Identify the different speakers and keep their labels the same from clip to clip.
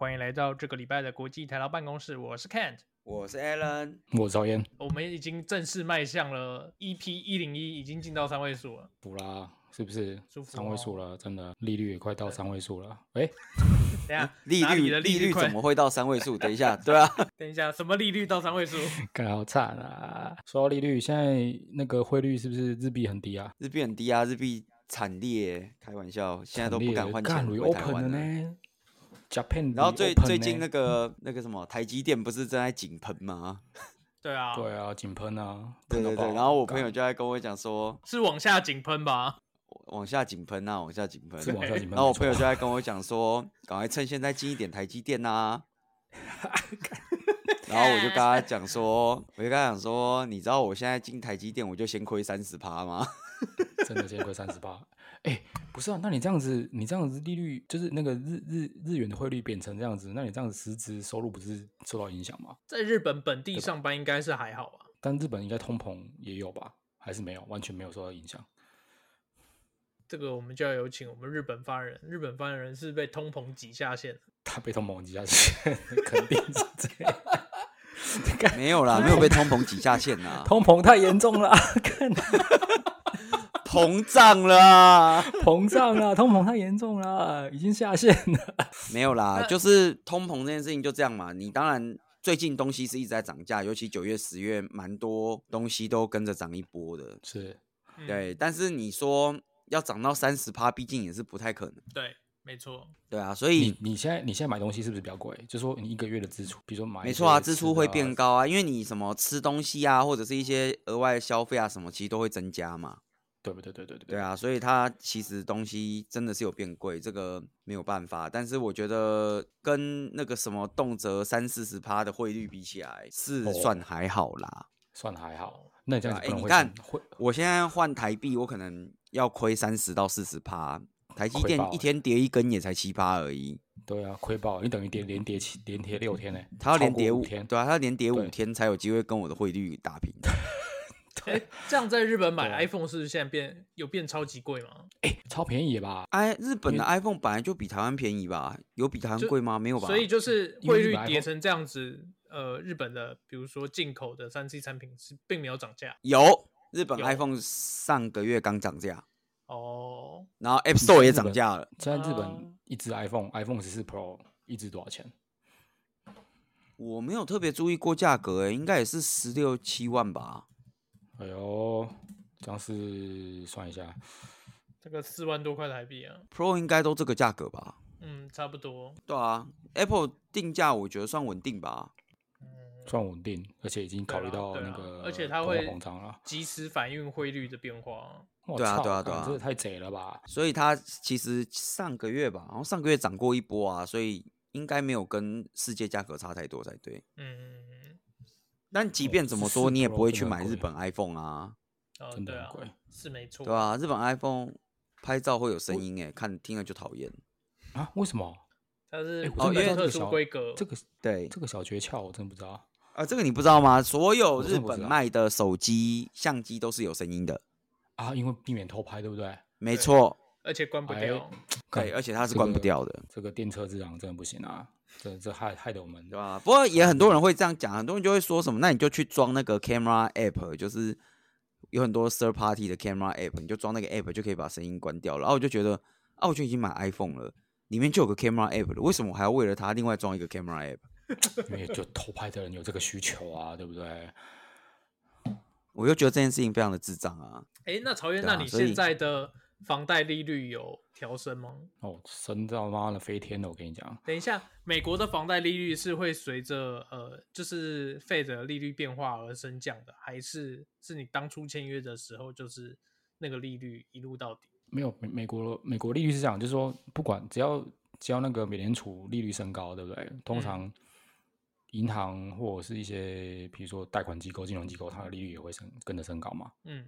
Speaker 1: 欢迎来到这个礼拜的国际台劳办公室，我是 Kent。
Speaker 2: 我是 Alan，
Speaker 3: 我抽烟，
Speaker 1: 我们已经正式迈向了 EP 一零一，已经进到三位数了。
Speaker 3: 补啦，是不是？
Speaker 1: 舒服哦
Speaker 3: 三位数了，真的，利率也快到三位数了。哎、
Speaker 1: 等一下，
Speaker 2: 嗯利
Speaker 1: 哪里
Speaker 2: 率
Speaker 1: 的
Speaker 2: 利
Speaker 1: 利
Speaker 2: 率
Speaker 1: 快
Speaker 2: 怎么会到三位数？等一 下，对啊，
Speaker 1: 等一下，什么利率到三位数？
Speaker 3: 干好惨啊！说到利率，现在那个汇率是不是日币很低啊？
Speaker 2: 日币很低啊，日币惨烈，开玩笑，现在都不敢换钱
Speaker 3: 欸干
Speaker 2: 回台
Speaker 3: reopen 了
Speaker 2: 湾了。
Speaker 3: 呢。Japan，
Speaker 2: 然后最
Speaker 3: reopen
Speaker 2: 最近
Speaker 3: 呢
Speaker 2: 那个那个什么台积电不是正在井喷吗？
Speaker 1: 对啊，
Speaker 3: 对啊，井喷啊，
Speaker 2: 对
Speaker 3: 喷到
Speaker 2: 对
Speaker 3: 爆
Speaker 2: 对，然后我朋
Speaker 3: 干
Speaker 2: 友就在跟我讲说，
Speaker 1: 是往下井喷吧？
Speaker 2: 往下井喷啊，往下井喷。
Speaker 3: 是往下井喷，
Speaker 2: 然后我
Speaker 3: 没
Speaker 2: 朋
Speaker 3: 错啊
Speaker 2: 友就在跟我讲说，赶快趁现在进一点台积电 呐、然后我就跟他讲说，我就跟他讲说，你知道我现在进台积电，我就先亏三十趴吗？
Speaker 3: 真的先亏三十八。哎，不是啊，那你这样子，你这样子利率就是那个日日日元的汇率贬成这样子，那你这样子实质收入不是受到影响吗？
Speaker 1: 在日本本地上班应该是还好吧？
Speaker 3: 但日本应该通膨也有吧？还是没有，完全没有受到影响。
Speaker 1: 这个我们就要有请我们日本发言人。日本发言人是被通膨挤下线的，
Speaker 3: 他被通膨挤下去， 肯定是这样。
Speaker 2: 没有啦，没有被通膨挤下线 啦，
Speaker 3: 通膨太严重了啊，看
Speaker 2: 膨胀 啦，
Speaker 3: 膨胀了，通膨太严重了，已经下线了。
Speaker 2: 没有
Speaker 3: 呃
Speaker 2: 啦，就是通膨这件事情就这样嘛。你当然最近东西是一直在涨价，尤其九月、十月，蛮多东西都跟着涨一波的。
Speaker 3: 是，
Speaker 1: 嗯
Speaker 2: 对，但是你说要涨到三十趴，毕竟也是不太可能。
Speaker 1: 对，没错，
Speaker 2: 对啊，所
Speaker 3: 你
Speaker 2: 以
Speaker 3: 你现在你现在买东西是不是比较贵？就说你一个月的支出，比如说买一
Speaker 2: 没
Speaker 3: 些
Speaker 2: 错啊，
Speaker 3: 吃
Speaker 2: 支
Speaker 3: 的
Speaker 2: 出会变。高啊，因为你什么吃东西啊，或者是一些额外的消费啊，什么其实都会增加嘛。
Speaker 3: 对不对？对对对
Speaker 2: 对，啊，所以它其实东西真的是有变贵，这个没有办法。但是我觉得跟那个什么动辄三四十趴的汇率比起来，是
Speaker 3: 哦
Speaker 2: 算还好啦。
Speaker 3: 算还好。那你这样子
Speaker 2: 对啊哎
Speaker 3: 不能
Speaker 2: 你
Speaker 3: 会
Speaker 2: 看
Speaker 3: 会
Speaker 2: 我现在换台币，我可能要亏三十到四十趴。台积
Speaker 3: 亏
Speaker 2: 电
Speaker 3: 爆
Speaker 2: 一
Speaker 3: 了
Speaker 2: 天跌一根也才七趴而已，
Speaker 3: 对啊，亏爆！你等于跌连跌七连跌六天呢、
Speaker 2: 它要
Speaker 3: 超
Speaker 2: 连
Speaker 3: 过
Speaker 2: 跌
Speaker 3: 五
Speaker 2: 五
Speaker 3: 天，
Speaker 2: 对啊，它要连跌五
Speaker 3: 对
Speaker 2: 天才有机会跟我的汇率打平。
Speaker 1: 哎，这样在日本买
Speaker 3: 对啊
Speaker 1: iPhone 是不是现在变有变超级贵吗？
Speaker 3: 超便宜吧？
Speaker 2: 哎，日本
Speaker 3: 因
Speaker 2: 的
Speaker 3: 为
Speaker 2: iPhone 本来就比台湾便宜吧？有比台湾
Speaker 1: 就
Speaker 2: 贵吗？没有吧？
Speaker 1: 所以就是
Speaker 3: 因
Speaker 1: 汇
Speaker 3: 为日
Speaker 1: 率
Speaker 3: 本 iPhone-
Speaker 1: 跌成这样子，呃，日本的比如说进口的三 C 产品是并没有涨价
Speaker 2: 有日本
Speaker 1: 有
Speaker 2: iPhone 上个月刚涨价，
Speaker 1: 哦，
Speaker 2: 然后 App Store 也
Speaker 3: 日
Speaker 2: 涨
Speaker 3: 本
Speaker 2: 价了。
Speaker 3: 现在日
Speaker 1: 啊
Speaker 2: 哦
Speaker 3: 本一只 iPhone iPhone 十四 Pro 一只多少钱？
Speaker 2: 我没有特别注意过价格、欸，应该也是十六七万吧。
Speaker 3: 哎呦，这样是算一下，
Speaker 1: 这个四万多块台币啊，
Speaker 2: Pro 应该都这个价格吧？
Speaker 1: 嗯，差不多，
Speaker 2: 对啊，Apple 定价我觉得算稳定吧。
Speaker 3: 算稳定，而且已经考虑
Speaker 1: 对啦
Speaker 3: 到
Speaker 1: 对
Speaker 3: 那
Speaker 1: 啦
Speaker 3: 个
Speaker 1: 而且它
Speaker 3: 通货
Speaker 1: 会
Speaker 3: 膨胀了。
Speaker 1: 及时反映汇率的变化。
Speaker 3: 我
Speaker 2: 对啊
Speaker 3: 操
Speaker 2: 对啊对
Speaker 3: 干
Speaker 2: 啊
Speaker 3: 这也太贼了吧！
Speaker 2: 所以它其实上个月吧，然后上个月涨过一波啊，所以应该没有跟世界价格差太多才对。
Speaker 1: 嗯，
Speaker 2: 但即
Speaker 3: 哦
Speaker 2: 便怎么
Speaker 3: 14
Speaker 2: 说，你也
Speaker 3: Pro
Speaker 2: 不会
Speaker 3: 真
Speaker 2: 去
Speaker 3: 的
Speaker 2: 买
Speaker 3: 很
Speaker 2: 日
Speaker 3: 贵
Speaker 2: 本 iPhone 啊，
Speaker 1: 哦，
Speaker 3: 真的
Speaker 1: 对
Speaker 3: 很
Speaker 1: 啊
Speaker 3: 贵，
Speaker 1: 是没错，
Speaker 2: 对吧、日本 iPhone 拍照会有声音、欸，哎，看听了就讨厌。
Speaker 3: 啊，为什么？
Speaker 1: 它是
Speaker 3: 哎
Speaker 1: 哦
Speaker 2: 真的不
Speaker 3: 我
Speaker 2: 知道
Speaker 1: 特
Speaker 3: 这个
Speaker 1: 殊
Speaker 3: 小
Speaker 1: 规格，
Speaker 3: 这个
Speaker 2: 对，
Speaker 3: 这个小诀窍我真不知道。
Speaker 2: 啊，这个你不知道吗？所有
Speaker 3: 我真
Speaker 2: 日
Speaker 3: 的不
Speaker 2: 本
Speaker 3: 知道
Speaker 2: 卖的手机、相机都是有声音的，
Speaker 3: 啊，因为避免偷拍，对不对？
Speaker 2: 没
Speaker 1: 对
Speaker 2: 错，
Speaker 1: 而且关不
Speaker 3: 哎
Speaker 1: 掉。
Speaker 2: 对，
Speaker 3: 干
Speaker 2: 而且它是
Speaker 3: 这
Speaker 2: 关不
Speaker 3: 个
Speaker 2: 掉的，
Speaker 3: 这个电车之狼真的不行啊，这这害害得我们
Speaker 2: 对吧？不过也很多人会这样讲，很多人就会说什么，那你就去装那个 camera app，就是有很多 third party 的 camera app，你就装那个 app 就可以把声音关掉了。然后我就觉得，啊，我就已经买 iPhone 了，里面就有个 camera app 了，为什么我还要为了它另外装一个 camera app？
Speaker 3: 因为就偷拍的人有这个需求啊，对不对？
Speaker 2: 我就觉得这件事情非常的智障啊！
Speaker 1: 哎、那曹渊，
Speaker 2: 对
Speaker 1: 那
Speaker 2: 啊
Speaker 1: 你
Speaker 2: 所以
Speaker 1: 现在的房贷利率有调升吗？
Speaker 3: 哦，升到妈的飞天了，我跟你讲。
Speaker 1: 等一下，美国的房贷利率是会随着呃，就是费的利率变化而升降的，还是是你当初签约的时候就是那个利率一路到底？
Speaker 3: 没有美美国美国利率是这样，就是说不管只要只要那个美联储利率升高，对不对？通常银行或者是一些比如说贷款机构、金融机构，它的利率也会升跟着升高嘛，
Speaker 1: 嗯，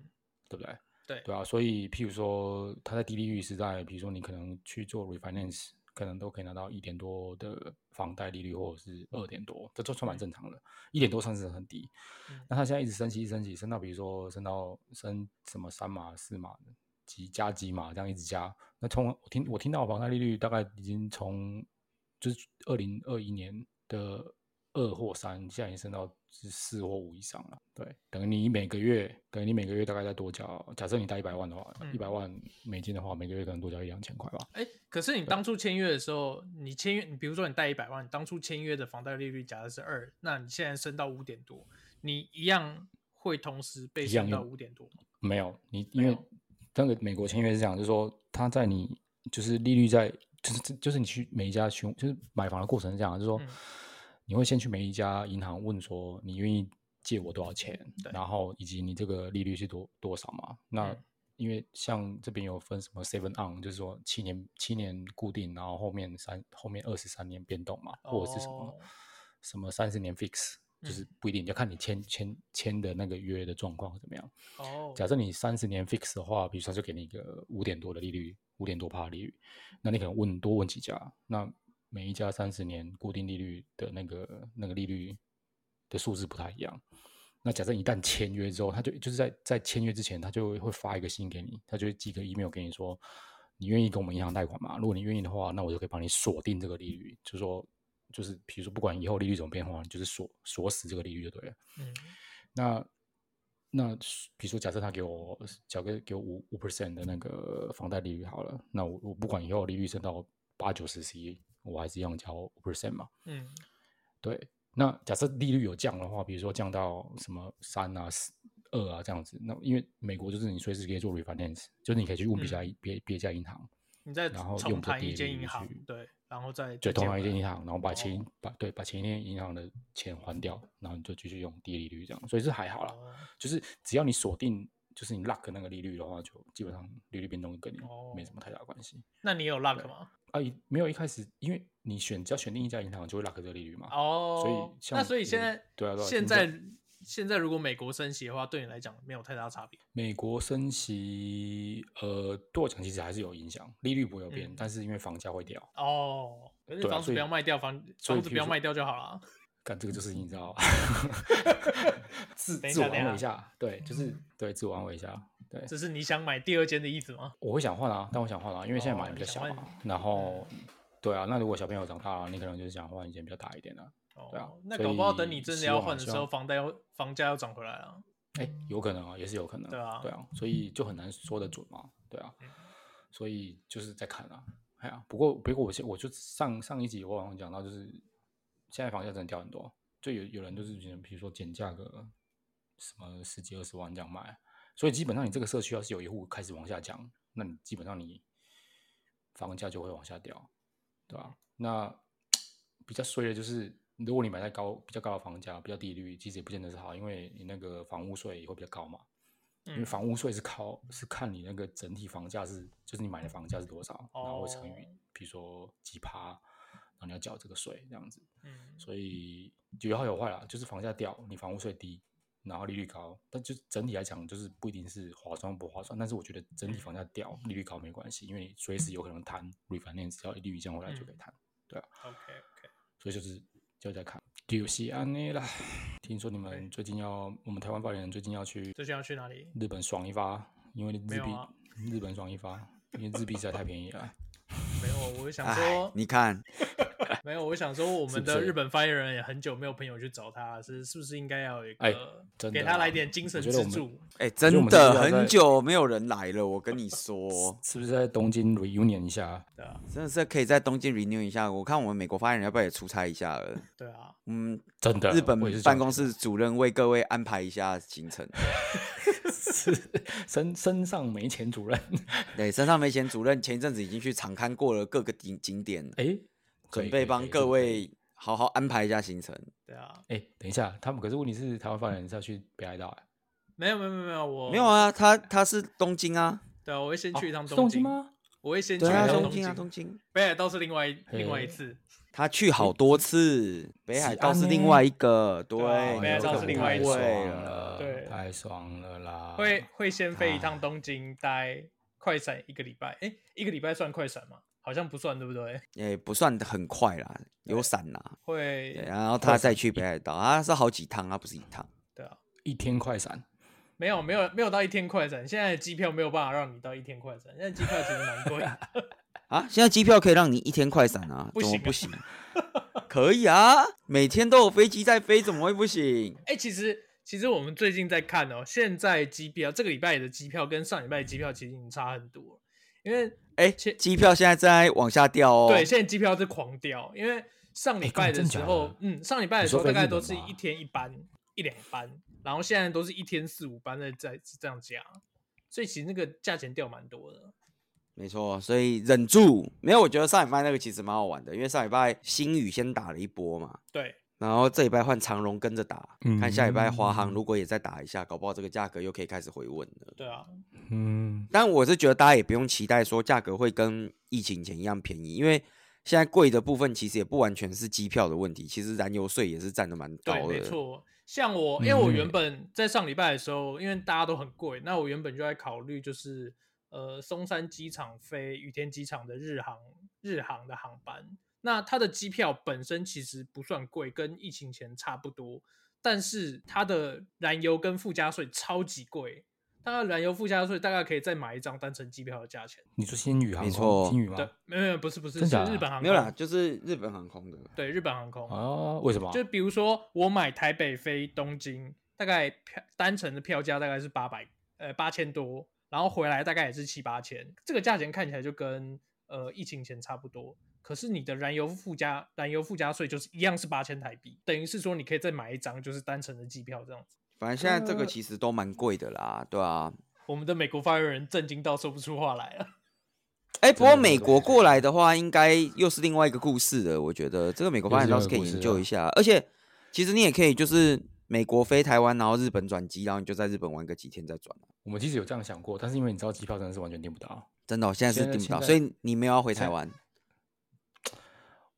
Speaker 3: 对不对？
Speaker 1: 对，
Speaker 3: 对啊，所以譬如说它在低利率时代，比如说你可能去做 refinance，可能都可以拿到一点多的房贷利率，或者是二点多，这都算蛮正常的。一点多算是很低
Speaker 1: 嗯。
Speaker 3: 那它现在一直升息，一直升息，升到比如说升到升什么三码、四码的，几加几码这样一直加。那从我听我听到房贷利率大概已经从就是二零二一年的二或三，现在已经升到是四或五以上了。对，等于你每个月，等于你每个月大概再多交，假设你贷一百万的话，
Speaker 1: 嗯
Speaker 3: 一百、万美金的话，每个月可能多交一两千块吧。
Speaker 1: 哎，可是你当初签约的时候，你签约，你比如说你贷一百万，你当初签约的房贷利率假的是二，那你现在升到五点多，你一样会同时被
Speaker 3: 一样
Speaker 1: 升到
Speaker 3: 用
Speaker 1: 五点多吗？
Speaker 3: 没有，你
Speaker 1: 没
Speaker 3: 因为
Speaker 1: 有
Speaker 3: 那个美国签约是这样，就是说他在你就是利率在就是就是你去每一家询就是买房的过程是这样，就是说、
Speaker 1: 嗯
Speaker 3: 你会先去每一家银行问说你愿意借我多少钱，
Speaker 1: 对
Speaker 3: 然后以及你这个利率是多多少嘛？那、
Speaker 1: 嗯
Speaker 3: 因为像这边有分什么 seven on，就是说七年七年固定，然后后面三后面二十三年变动嘛，或者是什么、
Speaker 1: 哦
Speaker 3: 什么三十年 fix，就是
Speaker 1: 嗯
Speaker 3: 不一定，要看你签签签的那个约的状况怎么样。
Speaker 1: 哦，
Speaker 3: 假设你三十年 fix 的话，比如说他就给你一个五点多的利率，五点多帕利率，那你可能问多问几家，那每一家三十年固定利率的那个那个利率的数字不太一样。那假设一旦签约之后，他就就是在在签约之前，他就会发一个信给你，他就会寄个 email 给你说，你愿意跟我们银行贷款吗？如果你愿意的话，那我就可以帮你锁定这个利率，就说就是比如说不管以后利率怎么变化，你就是锁锁死这个利率就对了。
Speaker 1: 嗯
Speaker 3: 那那是比如说，假设他给我缴个给我五五 percent 的那个房贷利率好了，那我我不管以后利率升到八九十 C，我还是一样交五 percent 嘛。
Speaker 1: 嗯
Speaker 3: 对，那假设利率有降的话，比如说降到什么三啊、四二啊这样子，那因为美国就是你随时可以做 refinance，就是你可以去问别
Speaker 1: 嗯
Speaker 3: 家银别别家银行，
Speaker 1: 你再
Speaker 3: 然后
Speaker 1: 重
Speaker 3: 用这
Speaker 1: 谈
Speaker 3: 叠
Speaker 1: 一间
Speaker 3: 利率
Speaker 1: 银行
Speaker 3: 去，
Speaker 1: 对，然后再再
Speaker 3: 对，同
Speaker 1: 借
Speaker 3: 行一
Speaker 1: 回
Speaker 3: 间
Speaker 1: 来
Speaker 3: 银行，然后把钱、
Speaker 1: 哦
Speaker 3: 把对把前一天银行的钱还掉，然后你就继续用低利率这样，所以是还好啦。
Speaker 1: 哦
Speaker 3: 就是只要你锁定，就是你 lock 那个利率的话，就基本上利率变动跟你
Speaker 1: 哦
Speaker 3: 没什么太大关系。
Speaker 1: 那你有 luck 吗？
Speaker 3: 啊，一没有一开始，因为你选只要选定一家银行，就会 lock 这个利率嘛。
Speaker 1: 哦，
Speaker 3: 啊像
Speaker 1: 那所以
Speaker 3: 我
Speaker 1: 现在
Speaker 3: 对啊对啊
Speaker 1: 现
Speaker 3: 现
Speaker 1: 在
Speaker 3: 在
Speaker 1: 现在如果美国升息的话，对你来讲没有太大差别。
Speaker 3: 美国升息，呃，对我讲其实还是有影响，利率不会有变，
Speaker 1: 嗯
Speaker 3: 但是因为房价会掉。
Speaker 1: 哦，可是
Speaker 3: 对啊
Speaker 1: 房子
Speaker 3: 所以
Speaker 1: 不要卖掉，房
Speaker 3: 所以
Speaker 1: 房子不
Speaker 3: 比如
Speaker 1: 要
Speaker 3: 说
Speaker 1: 卖掉就好了。
Speaker 3: 干这个就是你知道，自
Speaker 1: 嗯 等一
Speaker 3: 自我
Speaker 1: 下等嗯一
Speaker 3: 安慰一
Speaker 1: 下
Speaker 3: 下，对，就是对自我安慰一下，对。
Speaker 1: 这是你想买第二间的意思吗？
Speaker 3: 我会想换啊，但我想换啊，因为现在
Speaker 1: 哦
Speaker 3: 买的比
Speaker 1: 你
Speaker 3: 较
Speaker 1: 想
Speaker 3: 小
Speaker 1: 换嗯
Speaker 3: 嘛。然后，对啊，那如果小朋友长大了，你可能就是想换一件比较大一点的、对啊
Speaker 1: 哦，那
Speaker 3: 所
Speaker 1: 搞不好等
Speaker 3: 以啊
Speaker 1: 你真的
Speaker 3: 希
Speaker 1: 要
Speaker 3: 望
Speaker 1: 换的
Speaker 3: 希
Speaker 1: 时候，
Speaker 3: 望
Speaker 1: 房贷要房价要涨回来了。
Speaker 3: 哎，有可能啊，也是有可能。
Speaker 1: 对啊嗯
Speaker 3: 所以就很难说得准嘛，对啊，所以就是在看啊，哎呀，不过不过我现我就上上一集我好像讲到，就是现在房价真的掉很多，就有有人就是觉得比如说减价个什么十几二十万这样卖，所以基本上你这个社区要是有一户开始往下降，那你基本上你房价就会往下掉，对吧、那比较衰的就是，如果你买在高比较高的房价，比较低利率，其实也不见得是好，因为你那个房屋税也会比较高嘛。因为
Speaker 1: 嗯
Speaker 3: 房屋税是靠是看你那个整体房价是，就是你买的房价是多少，然后会乘以
Speaker 1: 哦
Speaker 3: 比如说几趴，然后你要缴这个税这样子。
Speaker 1: 嗯，
Speaker 3: 所以有好有坏啦，就是房价掉，你房屋税低，然后利率高，但就是整体来讲，就是不一定是划算不划算。但是我觉得整体房价掉，利率高没关系，因为你随时有可能谈 refinance，只要利率降回来就可以谈。
Speaker 1: OK OK，
Speaker 3: 所以就是就在看，就是安内啦。听说你们最近要，我们台湾发言人最近要去
Speaker 1: 最近要去哪里？
Speaker 3: 日本爽一发，因为日
Speaker 1: 没有
Speaker 3: 币、
Speaker 1: 啊
Speaker 3: 日本爽一发，因为日币实在太便宜了。
Speaker 1: 没有，我想
Speaker 2: 哎
Speaker 1: 说，
Speaker 2: 你看，
Speaker 1: 没有，我想说，我
Speaker 3: 是
Speaker 1: 们
Speaker 3: 不
Speaker 1: 的
Speaker 3: 是
Speaker 1: 日本发言人也很久没有朋友去找他，是是不是应该要有一
Speaker 3: 哎
Speaker 1: 个
Speaker 3: 真的
Speaker 1: 给他
Speaker 3: 啊
Speaker 1: 来点精神
Speaker 3: 我觉得
Speaker 1: 支
Speaker 3: 我们
Speaker 1: 柱？
Speaker 2: 哎、
Speaker 3: 以我
Speaker 2: 真
Speaker 3: 们就是
Speaker 2: 的
Speaker 3: 要
Speaker 2: 很
Speaker 3: 在
Speaker 2: 久没有人来了，我跟你说，
Speaker 3: 是不是在东京 reunion 一下？
Speaker 1: 对啊，
Speaker 2: 真的是可以在东京 renew 一下。我看我们美国发言人要不要也出差一下了？
Speaker 1: 对啊，
Speaker 2: 嗯，
Speaker 3: 真的，
Speaker 2: 日本
Speaker 3: 我也是这
Speaker 2: 办
Speaker 3: 样
Speaker 2: 公室主任为各位安排一下行程。
Speaker 3: 是身身上没钱主 任，
Speaker 2: 对，身上没钱主任前一阵子已经去场刊过了各个景景点，
Speaker 3: 哎、可以
Speaker 2: 准备帮各。
Speaker 3: 可以可以
Speaker 2: 位好好安排一下行程。
Speaker 1: 对啊，
Speaker 3: 哎、等一下，他们可是问题是台湾发言人是要去北海道、哎
Speaker 1: 没有没有没有没有，我
Speaker 2: 没有，啊，他他是东京啊，
Speaker 1: 对啊，我会先去一趟
Speaker 3: 哦是
Speaker 1: 东
Speaker 3: 京吗？
Speaker 1: 我会先去一
Speaker 2: 对啊，
Speaker 3: 还
Speaker 1: 趟
Speaker 3: 有
Speaker 2: 东
Speaker 1: 东
Speaker 2: 京啊，东京。
Speaker 1: 北海道是另外一另外一
Speaker 3: 嘿
Speaker 1: 次，
Speaker 2: 他去好多次，北海道是
Speaker 3: 安
Speaker 2: 另
Speaker 3: 呢
Speaker 2: 外一个，对
Speaker 3: 哦
Speaker 1: 啊，北海道
Speaker 2: 你这个
Speaker 1: 是
Speaker 2: 不
Speaker 1: 另外一
Speaker 2: 对
Speaker 1: 种
Speaker 3: 了，
Speaker 1: 对
Speaker 3: 太爽了啦！
Speaker 1: 会会先飞一趟东京，待快闪一个礼拜。哎，一个礼拜算快闪吗？好像不算，对不对？
Speaker 2: 也不算很快啦，有闪啦。
Speaker 1: 会
Speaker 2: 对，啊然后他再去北海道，他是好几趟，他不是一趟。
Speaker 1: 对啊，
Speaker 3: 一天快闪，
Speaker 1: 没有没有没有到一天快闪，现在的机票没有办法让你到一天快闪，现在机票其实蛮贵的。
Speaker 2: 啊，现在机票可以让你一天快闪啊，
Speaker 1: 不
Speaker 2: 怎么
Speaker 1: 行啊
Speaker 2: 不行？可以啊，每天都有飞机在飞，怎么会不行？
Speaker 1: 哎、其实其实我们最近在看哦，现在机票这个礼拜的机票跟上礼拜的机票其实已经差很多了，因为、
Speaker 2: 哎、
Speaker 1: 其
Speaker 2: 机票现在在往下掉哦。
Speaker 1: 对现在机票是狂掉，因为上礼
Speaker 3: 哎
Speaker 1: 拜
Speaker 3: 干
Speaker 1: 的
Speaker 3: 真
Speaker 1: 时
Speaker 3: 假
Speaker 1: 候，
Speaker 3: 的
Speaker 1: 嗯，上礼拜的
Speaker 3: 你
Speaker 1: 时
Speaker 3: 说
Speaker 1: 候大
Speaker 3: 飞日
Speaker 1: 概都
Speaker 3: 本
Speaker 1: 是
Speaker 3: 吧
Speaker 1: 一天一班一两班，然后现在都是一天四五班在在是这样加，所以其实那个价钱掉蛮多的。
Speaker 2: 没错，所以忍住。没有，我觉得上礼拜那个其实蛮好玩的，因为上礼拜新宇先打了一波嘛，
Speaker 1: 对，
Speaker 2: 然后这礼拜换长荣跟着打，
Speaker 3: 嗯
Speaker 2: 看下礼拜华航如果也再打一下，搞不好这个价格又可以开始回稳了。
Speaker 1: 对啊，
Speaker 3: 嗯，
Speaker 2: 但我是觉得大家也不用期待说价格会跟疫情前一样便宜，因为现在贵的部分其实也不完全是机票的问题，其实燃油税也是占的蛮高
Speaker 1: 对，没
Speaker 2: 的。
Speaker 1: 错。像我，因为我
Speaker 3: 嗯
Speaker 1: 原本在上礼拜的时候，因为大家都很贵，那我原本就在考虑，就是呃，松山机场飞羽田机场的日航日航的航班，那它的机票本身其实不算贵，跟疫情前差不多，但是它的燃油跟附加税超级贵，大概燃油附加税大概可以再买一张单程机票的价钱。
Speaker 3: 你说新宇航
Speaker 2: 没
Speaker 3: 空，
Speaker 2: 错
Speaker 3: 新宇吗？
Speaker 1: 对，没有没有，不是不是，
Speaker 3: 真
Speaker 1: 是
Speaker 3: 假
Speaker 1: 日
Speaker 3: 的
Speaker 1: 本航空，
Speaker 2: 没有啦，就是日本航空的。
Speaker 1: 对日本航空
Speaker 3: 啊，为什么？
Speaker 1: 就比如说我买台北飞东京，大概票单程的票价大概是八百呃八千多，然后回来大概也是七八千，这个价钱看起来就跟呃疫情前差不多。可是你的燃油附加燃油附加税就是一样是八千台币，等于是说你可以再买一张就是单程的机票这样子。
Speaker 2: 反正现在这个
Speaker 3: 呃
Speaker 2: 其实都蛮贵的啦，对啊。
Speaker 1: 我们的美国发言人震惊到说不出话来了。
Speaker 2: 哎、不过
Speaker 3: 真的
Speaker 2: 美
Speaker 3: 真的
Speaker 2: 国过来的话，应该又是另外一个故事了。我觉得这个美国
Speaker 3: 又
Speaker 2: 发
Speaker 3: 是
Speaker 2: 展倒
Speaker 3: 另
Speaker 2: 是
Speaker 3: 外
Speaker 2: 可以
Speaker 3: 一个故
Speaker 2: 研
Speaker 3: 事
Speaker 2: 究
Speaker 3: 了
Speaker 2: 一下，而且其实你也可以就是美国飞台湾，然后日本转机，然后你就在日本玩个几天再转。
Speaker 3: 我们其实有这样想过，但是因为你知道机票真的是完全订不到。
Speaker 2: 真的哦、现在是
Speaker 3: 现在
Speaker 2: 订不到，
Speaker 3: 现在
Speaker 2: 所以你没有要回台
Speaker 3: 现在
Speaker 2: 湾。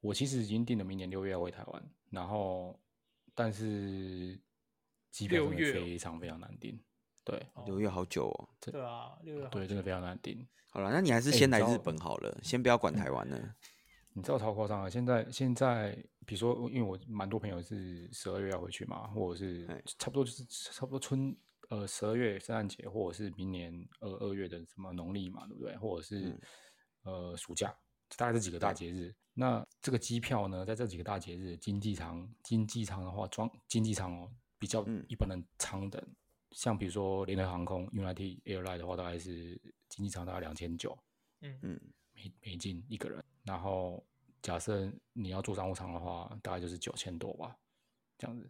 Speaker 3: 我其实已经订了明年六月要回台湾，然后但是机票
Speaker 1: 六
Speaker 3: 真的
Speaker 1: 月哦
Speaker 3: 非常非常难订，对
Speaker 2: 留月好久哦。
Speaker 1: 对啊，六月好
Speaker 3: 对，真的非常难订。
Speaker 2: 好了，那你还是
Speaker 3: 哎
Speaker 2: 先
Speaker 3: 你
Speaker 2: 来
Speaker 3: 知
Speaker 2: 日
Speaker 3: 道嗯
Speaker 2: 本好了，先不要管台湾了。
Speaker 3: 你知道超夸张啊！现在现在，比如说，因为我蛮多朋友是十二月要回去嘛，或者是
Speaker 2: 哎
Speaker 3: 差不多就是差不多春呃十二月圣诞节，或者是明年二二月的什么农历嘛，对不对？或者是、
Speaker 2: 嗯
Speaker 3: 呃暑假，大概这几个大节日。那这个机票呢，在这几个大节日，经济舱经济舱的话，装经济舱哦，比较
Speaker 2: 嗯
Speaker 3: 一般的舱等，像比如说联合航空 United Airline 的话，大概是经济舱大概两千九，
Speaker 1: 嗯
Speaker 2: 嗯，
Speaker 3: 美美金一个人，然后假设你要做商务舱的话，大概就是九千多吧，这样子，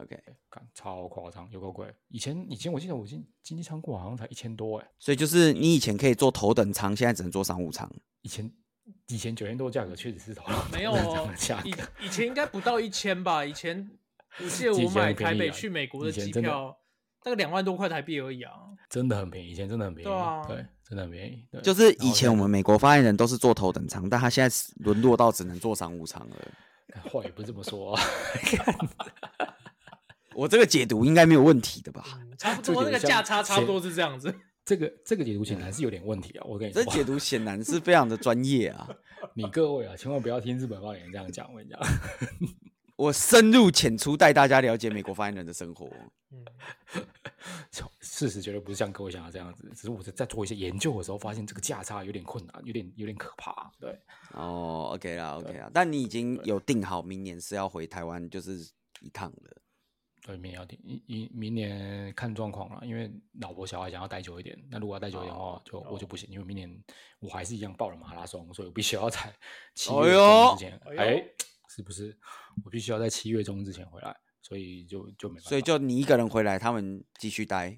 Speaker 2: OK，
Speaker 3: 干超夸张，有够贵。以前以前我记得我经经济舱过好像才一千多哎、
Speaker 2: 所以就是你以前可以坐头等舱，现在只能坐商务舱。
Speaker 3: 以前以前九千多的价格确实是头脑
Speaker 1: 没有
Speaker 3: 这样
Speaker 1: 哦
Speaker 3: 的价，格，
Speaker 1: 以以前应该不到一千吧？以前我记得
Speaker 3: 以
Speaker 1: 我
Speaker 3: 前
Speaker 1: 买
Speaker 3: 很便
Speaker 1: 台
Speaker 3: 宜
Speaker 1: 北
Speaker 3: 啊
Speaker 1: 去美国
Speaker 3: 以
Speaker 1: 的
Speaker 3: 前
Speaker 1: 机
Speaker 3: 真的
Speaker 1: 票，大概两万多块台币而已啊。
Speaker 3: 真的很便宜，以前真的很便宜，
Speaker 1: 对啊
Speaker 3: 真的很便宜，对，
Speaker 2: 就是
Speaker 3: 呃然后
Speaker 2: 以前我们美国发言人都是坐头等舱，但他现在是沦落到只能坐商务舱了。
Speaker 3: 现在话也不是这么说、啊，
Speaker 2: 我这个解读应该没有问题的吧？
Speaker 1: 嗯差不
Speaker 3: 这
Speaker 1: 多，那
Speaker 3: 有
Speaker 1: 个
Speaker 3: 像
Speaker 1: 价差差不
Speaker 3: 前
Speaker 1: 多是这样子。
Speaker 3: 这个这个解读显然是有点问题啊，我跟你说
Speaker 2: 这，解读显然是非常的专业 啊！
Speaker 3: 你各位啊，千万不要听日本发言人这样讲，我跟你讲。
Speaker 2: 我深入浅出带大家了解美国发言人的生活。
Speaker 1: 嗯，
Speaker 3: 就事实绝对不是像各位想的这样子，只是我在在做一些研究的时候，发现这个价差有点困难，有点有点可怕。对，
Speaker 2: 哦，OK 啦，OK 啦，但你已经有定好明年是要回台湾就是一趟了。
Speaker 3: 对，明年要定，明明明年看状况了，因为老婆小孩想要待久一点，那如果要待久一点的
Speaker 1: 哦
Speaker 3: 话，就我就不行，因为明年我还是一样报了马拉松，所以我必须 要在七
Speaker 2: 哎
Speaker 3: 月
Speaker 2: 呦
Speaker 3: 中之前，
Speaker 1: 哎
Speaker 3: 哎
Speaker 1: 呦
Speaker 3: 是不是？我必须要在七月中之前回来，所以就就没办法。
Speaker 2: 所以就你一个人回来，他们继续待。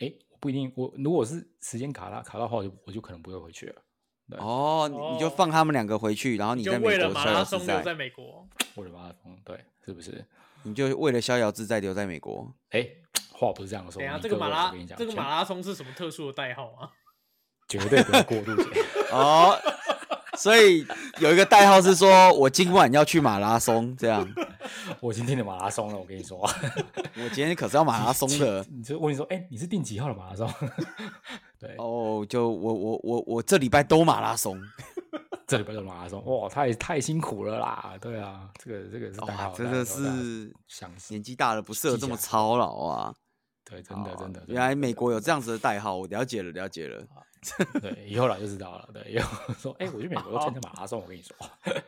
Speaker 3: 哎，我不一定，我如果是时间卡拉卡拉的话，我就我就可能不会回去了。对
Speaker 2: 哦，你你就
Speaker 1: 哦
Speaker 2: 放他们两个回去，然后你
Speaker 1: 就
Speaker 2: 在美
Speaker 1: 为了
Speaker 2: 国
Speaker 1: 马
Speaker 2: 逍
Speaker 1: 拉
Speaker 2: 遥
Speaker 1: 松
Speaker 2: 自
Speaker 1: 留在
Speaker 2: 在，
Speaker 1: 美国，
Speaker 3: 我的马拉松，对，是不是？
Speaker 2: 你就为了逍遥自在留在美国。
Speaker 3: 哎、话不是这样说。
Speaker 1: 等一下
Speaker 3: 啊你
Speaker 1: 这个
Speaker 3: 各
Speaker 1: 马
Speaker 3: 位
Speaker 1: 拉
Speaker 3: 我跟你讲，
Speaker 1: 这个
Speaker 3: 全
Speaker 1: 马拉松是什么特殊的代号啊？
Speaker 3: 绝对不要过度解。
Speaker 2: 哦， 所以有一个代号是说我今晚要去马拉松，这样。
Speaker 3: 我已经订了马拉松了，我跟你说。
Speaker 2: 我今天可是要马拉松的
Speaker 3: 你就问你说，哎、你是订几号的马拉松？ 对，
Speaker 2: 哦，就我我我我这礼拜都马拉松，
Speaker 3: 这礼拜的马拉松，哇，太太辛苦了啦。对啊，这个这个是代
Speaker 2: 哇，
Speaker 3: 号，
Speaker 2: 哦真
Speaker 3: 代号
Speaker 2: 的是
Speaker 3: 想死
Speaker 2: 年纪大了不适合这么操劳啊。
Speaker 3: 对，真的
Speaker 2: 哦
Speaker 3: 真的。真
Speaker 2: 原来
Speaker 3: 的
Speaker 2: 美国有这样子的代号，我了解了，了解了。
Speaker 3: 对，以后来就知道了。对，以后说，哎、我去美国都参加马拉松，我跟你说，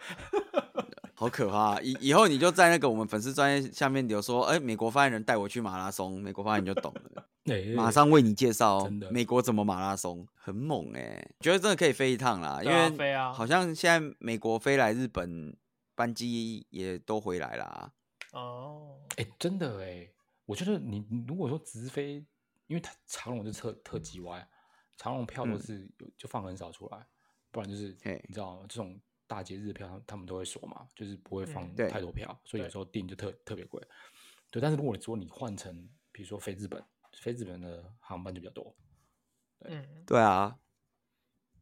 Speaker 2: 好可怕、啊以以后你就在那个我们粉丝专业下面留说，哎、美国发言人带我去马拉松，美国发言人就懂了，
Speaker 3: 对
Speaker 2: 马上为你介绍
Speaker 3: 真的
Speaker 2: 美国怎么马拉松，很猛哎、觉得真的可以飞一趟啦，因
Speaker 1: 对啊
Speaker 2: 为
Speaker 1: 飞啊
Speaker 2: 好像现在美国飞来日本班机也都回来啦，
Speaker 1: 哦，
Speaker 3: 哎、真的哎、我觉得你你如果说直飞，因为它长龙就特特级歪，长龙票都
Speaker 2: 嗯
Speaker 3: 是有、就放很少出来，不然就是
Speaker 2: 嘿
Speaker 3: 你知道这种大节日票他他们都会锁嘛，就是不会放
Speaker 1: 嗯
Speaker 2: 对
Speaker 3: 太多票，所以有
Speaker 1: 对
Speaker 3: 时候订就特特别贵。对，但是如果你说你换成比如说飞日本，飞日本的航班就比较多，
Speaker 1: 嗯，
Speaker 2: 对啊，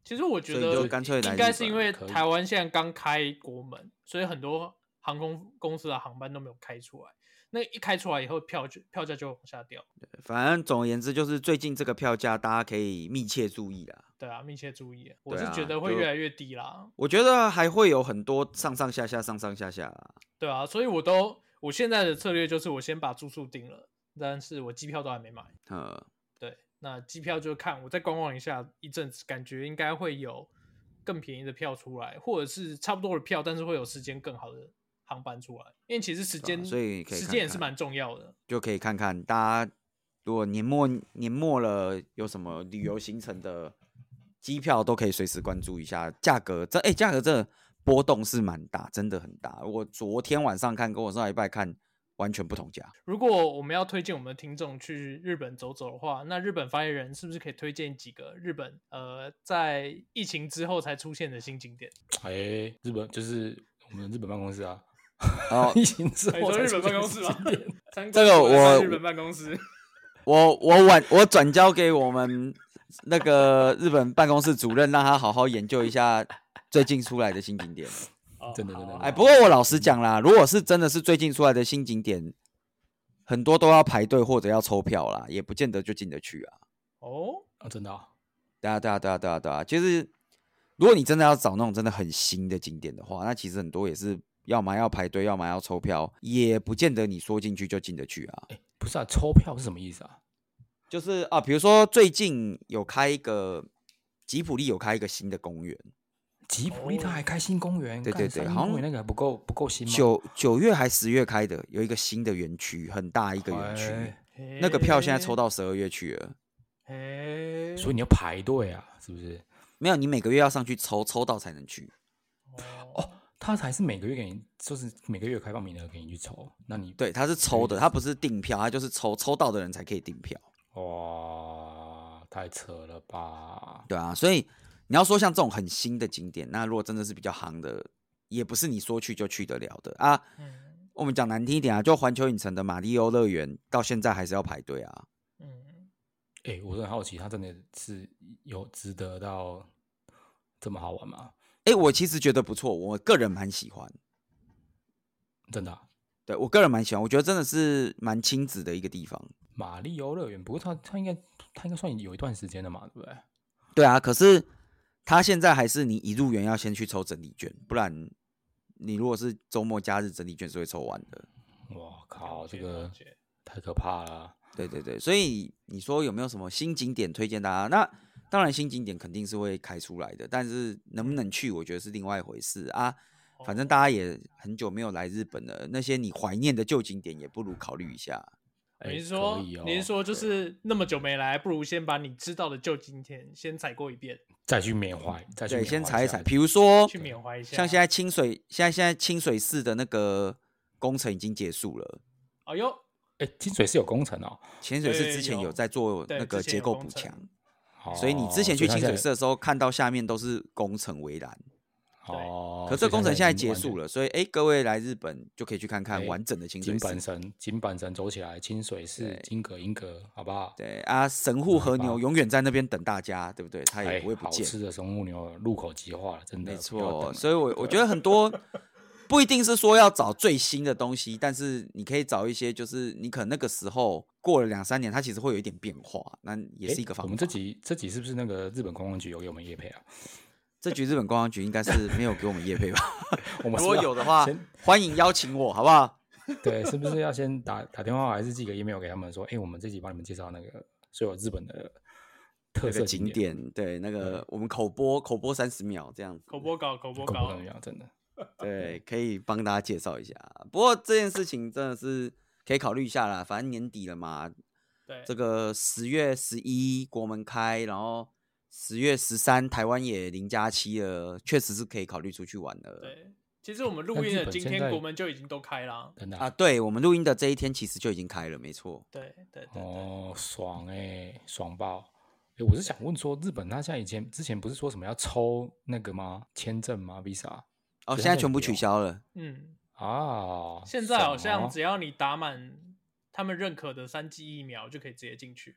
Speaker 1: 其实我觉
Speaker 2: 所以就
Speaker 1: 得
Speaker 2: 干脆来
Speaker 1: 应
Speaker 2: 日
Speaker 1: 该是
Speaker 2: 本
Speaker 1: 因为
Speaker 3: 可以
Speaker 1: 台湾现在刚开国门，所以很多航空公司的航班都没有开出来。那一开出来以后，票就票价就往下掉。
Speaker 2: 反正总而言之就是最近这个票价大家可以密切注意啦。
Speaker 1: 对啊，密切注意。我
Speaker 2: 对
Speaker 1: 是觉
Speaker 2: 啊
Speaker 1: 得会
Speaker 2: 就
Speaker 1: 越来越低啦。
Speaker 2: 我觉得还会有很多上上下下上上下下啦，
Speaker 1: 对啊，所以我都我现在的策略就是我先把住宿定了，但是我机票都还没买。
Speaker 2: 呃，
Speaker 1: 对，那机票就看我再观望一下一阵子，感觉应该会有更便宜的票出来，或者是差不多的票，但是会有时间更好的航班出来。因为其实时
Speaker 2: 对啊
Speaker 1: 间，
Speaker 2: 所以可以
Speaker 1: 时
Speaker 2: 看
Speaker 1: 间也是
Speaker 2: 看
Speaker 1: 蛮重要的。
Speaker 2: 就可以看看大家如果年末年末了有什么旅游行程的机票，都可以随时关注一下价格。这哎，价、格这波动是蛮大，真的很大。我昨天晚上看跟我上礼拜看完全不同价。
Speaker 1: 如果我们要推荐我们的听众去日本走走的话，那日本发言人是不是可以推荐几个日本呃在疫情之后才出现的新景点？
Speaker 3: 哎、日本就是我们日本办公室啊，
Speaker 2: 哦
Speaker 3: 疫情 之
Speaker 1: 哎
Speaker 3: 后才
Speaker 1: 说日本
Speaker 3: 出
Speaker 1: 办
Speaker 3: 现
Speaker 1: 公室
Speaker 3: 时
Speaker 1: 吗
Speaker 3: 间点？
Speaker 1: 参
Speaker 2: 这
Speaker 1: 观
Speaker 2: 个
Speaker 1: 国外
Speaker 2: 我
Speaker 1: 日本办公室，
Speaker 2: 我我晚我转交给我们那个日本办公室主任，让他好好研究一下最近出来的新景点。
Speaker 1: 哦
Speaker 3: 真的
Speaker 1: 好
Speaker 3: 真的
Speaker 1: 啊
Speaker 2: 哎，不过我老实讲啦，如果是真的是最近出来的新景点，很多都要排队或者要抽票啦，也不见得就进得去啊。
Speaker 1: 哦，
Speaker 3: 啊，真的、啊，
Speaker 2: 对啊，对啊，对啊，对啊，对啊，就是如果你真的要找那种真的很新的景点的话，那其实很多也是要么要排队，要么要抽票，也不见得你说进去就进得去啊。
Speaker 3: 不是啊，抽票是什么意思啊？
Speaker 2: 就是啊，比如说最近有开一个吉普力有开一个新的公园，
Speaker 3: 吉普力特还开新公园，
Speaker 2: 哦对
Speaker 3: 干
Speaker 2: 对对
Speaker 3: 三星
Speaker 2: 好
Speaker 3: 公
Speaker 2: 像
Speaker 3: 园那个还不够不够新吗？
Speaker 2: 九九月还十月开的，有一个新的园区，很大一个园区，
Speaker 3: 哎
Speaker 2: 那个票现在抽
Speaker 1: 到，
Speaker 2: 到十二月去了。
Speaker 1: 哎，
Speaker 3: 所以你要排队啊，是不是？
Speaker 2: 没有，你每个月要上去抽，抽到才能去。
Speaker 1: 哦，
Speaker 3: 他还是每个月给你，就是每个月有开放名额给你去抽，那你
Speaker 2: 对，它是抽的，它不是订票，它就是抽，抽到的人才可以订票。
Speaker 3: 哇，太扯了吧？
Speaker 2: 对啊，所以你要说像这种很新的景点，那如果真的是比较行的，也不是你说去就去得了的啊。
Speaker 1: 嗯
Speaker 2: 我们讲难听一点啊，就环球影城的马里欧乐园到现在还是要排队啊。
Speaker 1: 嗯，
Speaker 3: 哎、我很好奇，他真的是有值得到这么好玩吗？
Speaker 2: 诶，我其实觉得不错，我个人蛮喜欢。
Speaker 3: 真的啊、
Speaker 2: 对我个人蛮喜欢，我觉得真的是蛮亲子的一个地方。
Speaker 3: 马里欧乐园，不过他他应该他应该算有一段时间了嘛，对不对？
Speaker 2: 对啊，可是它现在还是你一入园要先去抽整理券，不然你如果是周末假日整理券是会抽完的。
Speaker 3: 我靠，
Speaker 1: 了
Speaker 3: 这
Speaker 1: 解了
Speaker 3: 个
Speaker 1: 解
Speaker 3: 太可怕了啊。
Speaker 2: 对对对，所以你说有没有什么新景点推荐大家？那当然，新景点肯定是会开出来的，但是能不能去，我觉得是另外一回事啊。反正大家也很久没有来日本了，那些你怀念的旧景点也不如考虑一下。
Speaker 3: 哎
Speaker 1: 你是说
Speaker 3: 可以哦、
Speaker 1: 你是说就
Speaker 3: 对
Speaker 1: 是那么久没来，不如先把你知道的旧景点先踩过一遍，
Speaker 3: 再去缅怀，再去
Speaker 2: 对，
Speaker 3: 缅
Speaker 2: 先
Speaker 3: 怀
Speaker 2: 踩一
Speaker 3: 下
Speaker 2: 踩，比如说
Speaker 1: 去缅怀一下。
Speaker 2: 像现在清水，现在现在清水寺的那个工程已经结束了，
Speaker 1: 哎呦，
Speaker 3: 哎，清水是有工程哦，
Speaker 2: 清水寺
Speaker 1: 对
Speaker 2: 之前有
Speaker 1: 有
Speaker 2: 在做
Speaker 1: 对
Speaker 2: 那个
Speaker 1: 之前
Speaker 2: 结
Speaker 1: 有
Speaker 2: 构
Speaker 1: 工
Speaker 2: 补
Speaker 1: 程
Speaker 2: 强，
Speaker 3: 哦
Speaker 2: 所以你之前去
Speaker 3: 所
Speaker 2: 清
Speaker 3: 以它
Speaker 2: 水
Speaker 3: 现
Speaker 2: 寺的时候，看到下面都是工程围栏。
Speaker 3: 在哦，
Speaker 2: 可这个工程现在
Speaker 3: 已经
Speaker 2: 结
Speaker 3: 完全
Speaker 2: 束，了，所以哎、诶各位来日本就可以去看看
Speaker 3: 哎
Speaker 2: 完整的清水
Speaker 3: 金
Speaker 2: 寺
Speaker 3: 板。神金板神走起来，清水寺
Speaker 2: 对
Speaker 3: 金阁银阁，好不好？
Speaker 2: 对啊，神户和牛
Speaker 3: 棒
Speaker 2: 永远在那边等大家，对不对？他也
Speaker 3: 哎
Speaker 2: 不会，不
Speaker 3: 好
Speaker 2: 见。
Speaker 3: 吃的神户牛入口即化了，真的
Speaker 2: 没
Speaker 3: 不要等啊
Speaker 2: 错，
Speaker 3: 了
Speaker 2: 所以我我觉得很 多不一定是说要找最新的东西，但是你可以找一些，就是你可能那个时候过了两三年，它其实会有一点变化，那也
Speaker 3: 哎
Speaker 2: 是一个方法。
Speaker 3: 我们这集这集是不是那个日本观光局有给我们业 配啊？
Speaker 2: 这局日本观光局应该是没有给我们业配吧？
Speaker 3: 我们
Speaker 2: 如
Speaker 3: 是
Speaker 2: 果
Speaker 3: 要
Speaker 2: 有的话
Speaker 3: 先，
Speaker 2: 欢迎邀请我，好不好？
Speaker 3: 对，是不是要先打打电话，还是寄个 email 给他们说，哎、我们这集帮你们介绍那个所有日本的特
Speaker 2: 那
Speaker 3: 色
Speaker 2: 个景
Speaker 3: 点，嗯
Speaker 2: 点，对，那个我们口播口播三十秒这样子，
Speaker 1: 口播稿，口播
Speaker 3: 够不
Speaker 1: 稿
Speaker 3: 够，样？真的，
Speaker 2: 对，可以帮大家介绍一下。不过这件事情真的是可以考虑一下啦，反正年底了嘛，
Speaker 1: 对，
Speaker 2: 这个十月十一国门开，然后十月十三台湾也零加七了，确实是可以考虑出去玩了。
Speaker 1: 对，其实我们录
Speaker 3: 但
Speaker 1: 音
Speaker 3: 日
Speaker 1: 的
Speaker 3: 本
Speaker 1: 今
Speaker 3: 现
Speaker 1: 天
Speaker 3: 在
Speaker 1: 国门就已经都开啦。
Speaker 3: 真的
Speaker 2: 啊，对我们录音的这一天其实就已经开了，没错。
Speaker 1: 对对对对，
Speaker 3: 哦，爽哎、爽爆！哎、我是想问说，日本它现在以前之前不是说什么要抽那个吗？签证吗？Visa
Speaker 2: 哦，
Speaker 3: 对
Speaker 2: 现在
Speaker 3: 它
Speaker 2: 全部
Speaker 3: 不
Speaker 2: 取
Speaker 3: 用
Speaker 2: 消了。
Speaker 1: 嗯，
Speaker 3: 啊？
Speaker 1: 现在好
Speaker 3: 爽
Speaker 1: 像
Speaker 3: 哦
Speaker 1: 只要你打满他们认可的三剂疫苗，就可以直接进去。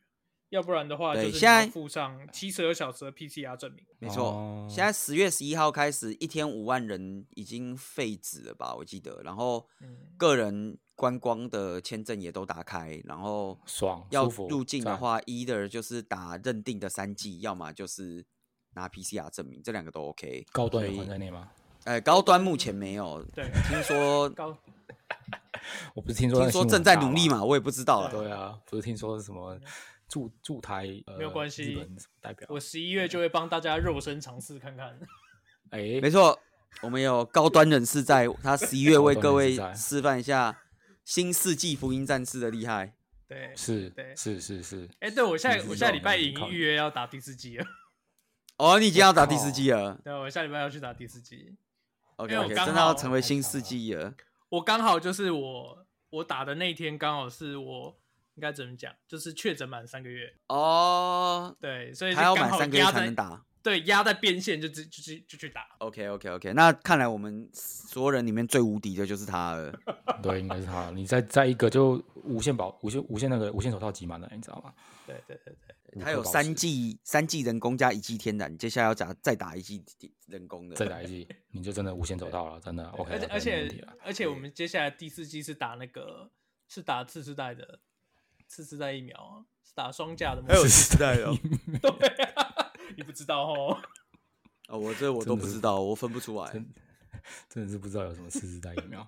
Speaker 1: 要不然的话，就
Speaker 2: 对
Speaker 1: 是你
Speaker 2: 现
Speaker 1: 要
Speaker 2: 在
Speaker 1: 附上七十二小时的 PCR 证明。
Speaker 2: 没错，
Speaker 3: 哦
Speaker 2: 现在十月十一号开始，一天五万人已经废止了吧？我记得，然后
Speaker 1: 嗯
Speaker 2: 个人观光的签证也都打开，然后
Speaker 3: 爽
Speaker 2: 要
Speaker 3: 舒服
Speaker 2: 入境的
Speaker 3: 赞
Speaker 2: 话，either 就是打认定的三剂，要么就是拿 PCR 证明，这两个都 OK。
Speaker 3: 高端
Speaker 2: 所
Speaker 3: 有
Speaker 2: 以
Speaker 3: 还在内吗？
Speaker 2: 呃，高端目前没有，
Speaker 1: 对，
Speaker 2: 听 说
Speaker 1: 高
Speaker 3: 我不是听说那
Speaker 2: 听说
Speaker 3: 个新闻
Speaker 2: 正在
Speaker 3: 很大
Speaker 2: 努力
Speaker 3: 吗？
Speaker 2: 嘛，我也不知道了。
Speaker 3: 对啊，不是听说是什么驻驻台、呃、
Speaker 1: 没有关系
Speaker 3: 日本什么代表
Speaker 1: 我十一月就会帮大家肉身尝试看看。
Speaker 3: 哎、
Speaker 2: 没错，我们有高端人士在，他十一月为各位
Speaker 3: 高端人士在
Speaker 2: 示范一下新世纪福音战士的厉害。
Speaker 1: 对，
Speaker 3: 是
Speaker 1: 对
Speaker 3: 是是是，
Speaker 1: 哎，对我下
Speaker 3: 你知
Speaker 1: 我下
Speaker 3: 道
Speaker 1: 礼拜
Speaker 3: 你
Speaker 1: 已
Speaker 3: 靠
Speaker 1: 经预约要打第四季了。
Speaker 2: 哦，你已经要打第
Speaker 3: 靠
Speaker 2: 四季了。
Speaker 1: 对，我下礼拜要去打第四季。
Speaker 2: OK
Speaker 1: 因为我
Speaker 2: OK，
Speaker 1: 刚
Speaker 2: 真的要
Speaker 1: 好
Speaker 2: 成为新世纪了。
Speaker 1: 我刚好就是我我打的那一天，刚好是我应该怎么讲，就是确诊满三个月，
Speaker 2: 哦，
Speaker 1: 对，所以就
Speaker 2: 他要
Speaker 1: 刚
Speaker 2: 满
Speaker 1: 好
Speaker 2: 三个月
Speaker 1: 压
Speaker 2: 才
Speaker 1: 在
Speaker 2: 能打。
Speaker 1: 对，压在边线就直就去就去打。
Speaker 2: OK OK OK，那看来我们所有人里面最无敌的就是他 了。
Speaker 3: 对，应该是他。你再再一个就无限保无限无限那个无限手套集满了，你知道吗？
Speaker 1: 对对对对，
Speaker 3: 五
Speaker 2: 他
Speaker 3: 颗
Speaker 2: 有
Speaker 3: 宝
Speaker 2: 三
Speaker 3: 石
Speaker 2: 季三季人工加一季天然，接下来要打再打一季人工的。
Speaker 3: 再来一剂，你就真的无限手套了，真的 OK，
Speaker 1: 而且而
Speaker 3: OK，没问题
Speaker 1: 且
Speaker 3: 了。
Speaker 1: 而且我们接下来第四季是打那个是打次世代的次世代疫苗啊， 是打双价的吗？
Speaker 2: 时代哦，
Speaker 1: 对啊， 你不知道哦。
Speaker 2: 哦，我这我都不知道，我分不出来。
Speaker 3: 真真的是不知道有什么次世代疫苗，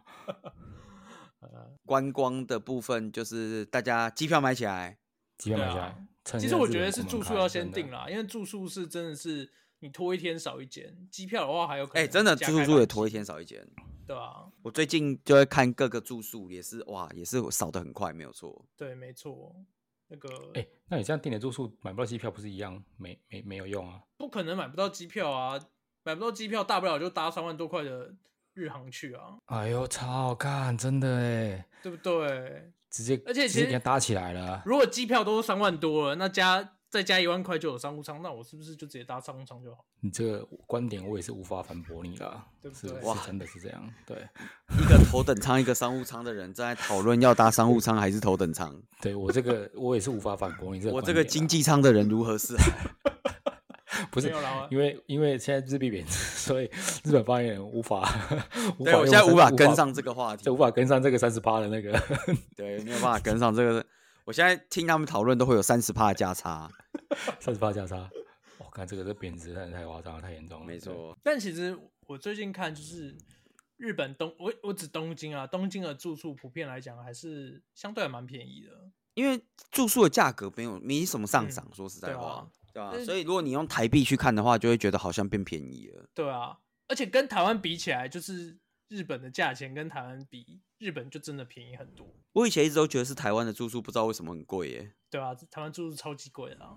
Speaker 2: 观光的部分就是大家机票买起来，
Speaker 3: 机票买下
Speaker 1: 对啊
Speaker 3: 来。趁
Speaker 1: 其
Speaker 3: 现
Speaker 1: 实
Speaker 3: 在
Speaker 1: 我
Speaker 3: 日
Speaker 1: 觉
Speaker 3: 本
Speaker 1: 得
Speaker 3: 国
Speaker 1: 是
Speaker 3: 门
Speaker 1: 住宿
Speaker 3: 开
Speaker 1: 要先
Speaker 3: 真的
Speaker 1: 定啦，因为住宿是真的是你拖一天少一间，机票的话还有可能
Speaker 2: 哎，真的
Speaker 1: 加
Speaker 2: 住
Speaker 1: 开
Speaker 2: 宿
Speaker 1: 半
Speaker 2: 也拖一
Speaker 1: 季，
Speaker 2: 天少一间。
Speaker 1: 对啊，
Speaker 2: 我最近就会看各个住宿，也是哇，也是少的很快，没有错。
Speaker 1: 对，没错，那个
Speaker 3: 哎、那你这样订的住宿买不到机票，不是一样没没没有用啊？
Speaker 1: 不可能买不到机票啊，买不到机票，大不了就搭三万多块的日航去啊，
Speaker 3: 哎呦，超好看，真的哎，
Speaker 1: 对不对？
Speaker 3: 直接
Speaker 1: 而且其
Speaker 3: 直接
Speaker 1: 实
Speaker 3: 给它搭起来了。
Speaker 1: 如果机票都三万多了，那加再加一万块就有商务舱，那我是不是就直接搭商务舱就好？
Speaker 3: 你这个观点我也是无法反驳你了，
Speaker 1: 对不
Speaker 3: 是
Speaker 1: 对
Speaker 3: 是真的是这样，对
Speaker 2: 一个头等舱，一个商务舱的人正在讨论要搭商务舱还是头等舱，
Speaker 3: 对，我这个我也是无法反驳你这个
Speaker 2: 我
Speaker 3: 观
Speaker 2: 这
Speaker 3: 点啦。啊
Speaker 2: 个经济舱的人如何是好？
Speaker 3: 不是
Speaker 1: 没有啦
Speaker 3: 因为因为现在日币贬值，所以日本发言人无法 无法
Speaker 2: 对，我
Speaker 3: 用
Speaker 2: 现在无
Speaker 3: 三
Speaker 2: 法跟上这个话题
Speaker 3: 就，无法跟上这个三十八的那个
Speaker 2: 对，没有办法跟上这个。我现在听他们讨论都会有三十趴的价差，
Speaker 3: 三十八加差。我看这个这贬值太太夸张了，太严重了。
Speaker 2: 没错，
Speaker 1: 但其实我最近看就是日本东，我我指东京啊，东京的住宿普遍来讲还是相对还蛮便宜的，
Speaker 2: 因为住宿的价格没有没什么上涨，
Speaker 3: 嗯
Speaker 2: 说实在
Speaker 1: 对啊
Speaker 2: 话，对吧、
Speaker 1: 但是
Speaker 2: 所以如果你用台币去看的话，就会觉得好像变便宜了。
Speaker 1: 对啊，而且跟台湾比起来，就是日本的价钱跟台湾比，日本就真的便宜很多，
Speaker 2: 我以前一直都觉得是台湾的住宿，不知道为什么很贵耶，
Speaker 1: 对啊，台湾住宿超级贵的、啊，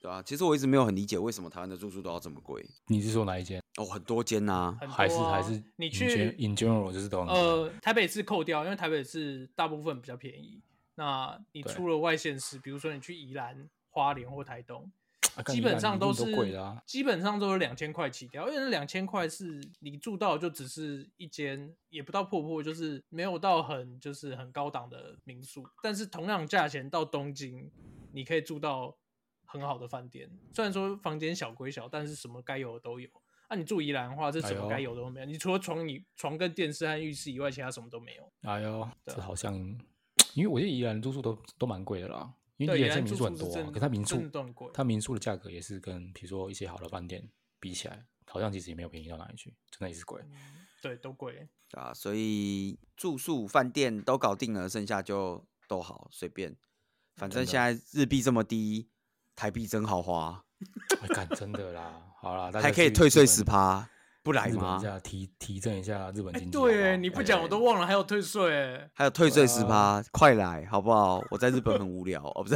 Speaker 2: 对吧、其实我一直没有很理解为什么台湾的住宿都要这么贵
Speaker 3: 你是说哪一间？
Speaker 2: 哦，很多间呐、
Speaker 1: 很多、啊、
Speaker 3: 还是还是
Speaker 1: 你
Speaker 3: in gen-
Speaker 1: 去
Speaker 3: in general 就是啊都很贵
Speaker 1: 呃台北市扣掉，因为台北市大部分比较便宜。那你
Speaker 3: 对
Speaker 1: 出了外县市，比如说你去宜兰、花莲或台东，
Speaker 3: 啊干
Speaker 1: 基
Speaker 3: 宜
Speaker 1: 本
Speaker 3: 兰
Speaker 1: 上
Speaker 3: 一定都
Speaker 1: 是
Speaker 3: 贵的啊。
Speaker 1: 基本上都是两千块起跳，因为那两千块是你住到就只是一间，也不到破破，就是没有到很就是很高档的民宿，但是同样价钱到东京，你可以住到很好的饭店，虽然说房间小归小，但是什么该有的都有。那、你住宜兰的话，是什么
Speaker 3: 哎呦
Speaker 1: 该有的都没有，你除了床你床跟电视和浴室以外，其他什么都没有。
Speaker 3: 哎呦，
Speaker 1: 对啊
Speaker 3: 这好像，因为我觉得宜兰住宿都都蛮贵的啦，因为
Speaker 1: 对，
Speaker 3: 宜
Speaker 1: 宜
Speaker 3: 兰现在
Speaker 1: 兰
Speaker 3: 民
Speaker 1: 住
Speaker 3: 宿
Speaker 1: 宿
Speaker 3: 很
Speaker 1: 是
Speaker 3: 多啊、
Speaker 1: 真的
Speaker 3: 可是它民
Speaker 1: 真
Speaker 3: 宿
Speaker 1: 的都很贵。
Speaker 3: 它民宿的价格也
Speaker 1: 嗯
Speaker 3: 是跟比如说一些好的饭店比起来，好像其实也没有便宜到哪里去，真的也是贵。
Speaker 1: 对，都贵。
Speaker 2: 对啊，所以住宿、饭店都搞定了，剩下就都好随便。反正
Speaker 3: 真的
Speaker 2: 现在日币这么低，台币真好花，
Speaker 3: 哎干真的啦，好啦，大家
Speaker 2: 还可以
Speaker 3: 去
Speaker 2: 退税
Speaker 3: 日本
Speaker 2: 十趴，不来
Speaker 3: 日本
Speaker 2: 吗
Speaker 3: 一？下提提振一下日本
Speaker 1: 哎、
Speaker 3: 经济好好。
Speaker 1: 对耶，你不讲我都忘了还有退税耶。
Speaker 2: 还有退税十
Speaker 3: 对啊
Speaker 2: 趴，快来好不好？我在日本很无聊哦， 不是，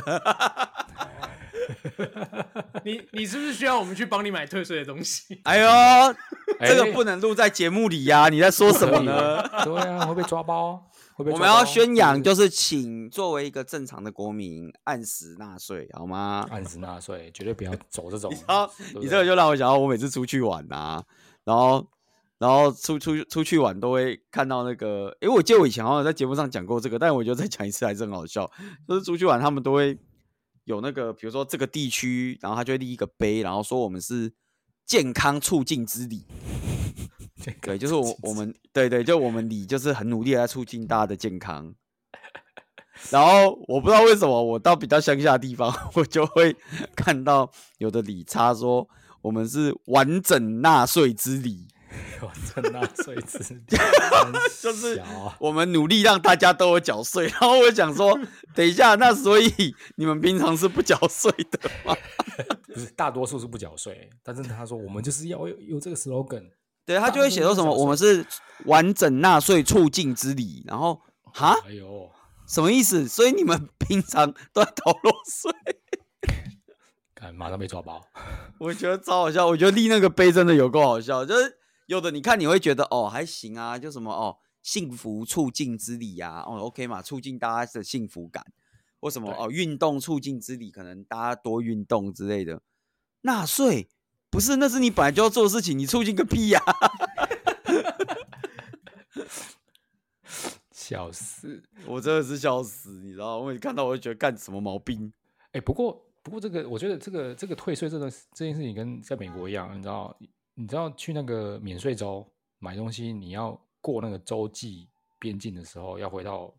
Speaker 1: 你你是不是需要我们去帮你买退税的东 西？
Speaker 2: 哎呦，
Speaker 3: 哎
Speaker 2: 这个不能录在节目里呀、你在说什么呢？？
Speaker 3: 可以对啊，会被抓包，会被
Speaker 2: 我
Speaker 3: 抓
Speaker 2: 们要
Speaker 3: 包
Speaker 2: 宣扬，
Speaker 3: 对
Speaker 2: 就是请作为一个正常的国民，按时纳税，好吗
Speaker 3: 不对？按时纳税，绝对不要走这种。
Speaker 2: 然后
Speaker 3: 对不
Speaker 2: 你
Speaker 3: 对
Speaker 2: 这个就让我想到，我每次出去玩啊，然后然后出出出去玩都会看到那个，因为我记得我以前好像有在节目上讲过这个，但我觉得再讲一次还是很好笑。就是出去玩，他们都会有那个，比如说这个地区，然后他就会立一个碑，然后说我们是健康促进之旅。
Speaker 3: 这个
Speaker 2: 对，就是我我 们对对，就我们里就是很努力地在促进大家的健康。然后我不知道为什么，我到比较乡下的地方， 我就会看到有的里差说我们是完整纳税之里，
Speaker 3: 有啊正纳税之力，
Speaker 2: 就是
Speaker 3: 小啊
Speaker 2: 我们努力让大家都有缴税。然后我想说，等一下，那所以你们平常是不缴税的吗？
Speaker 3: 就是大多数是不缴税，但是他说我们就是要有有这个 slogan，
Speaker 2: 对他就会写说什么我们是完整纳税促进之里，然后哈
Speaker 3: 哎呦，
Speaker 2: 什么意思？所以你们平常都在逃漏税。
Speaker 3: 看马上被抓包，
Speaker 2: 我觉得超好笑，我觉得立那个碑真的有够好笑，就是有的你看你会觉得哦还行啊，就什么哦幸福促进之旅呀、啊，哦 OK 嘛，促进大家的幸福感，或什么
Speaker 3: 对
Speaker 2: 哦运动促进之旅，可能大家多运动之类的。纳税不是，那是你本来就要做的事情，你促进个屁呀、
Speaker 3: 笑死。
Speaker 2: 我真的是笑死，你知道吗？我一看到我就觉得干什么毛病？
Speaker 3: 哎、不过不过这个，我觉得这个这个退税这个这件事情跟在美国一样，你知道，你知道去那个免税州买东西，你要过那个州际边境的时候，要回到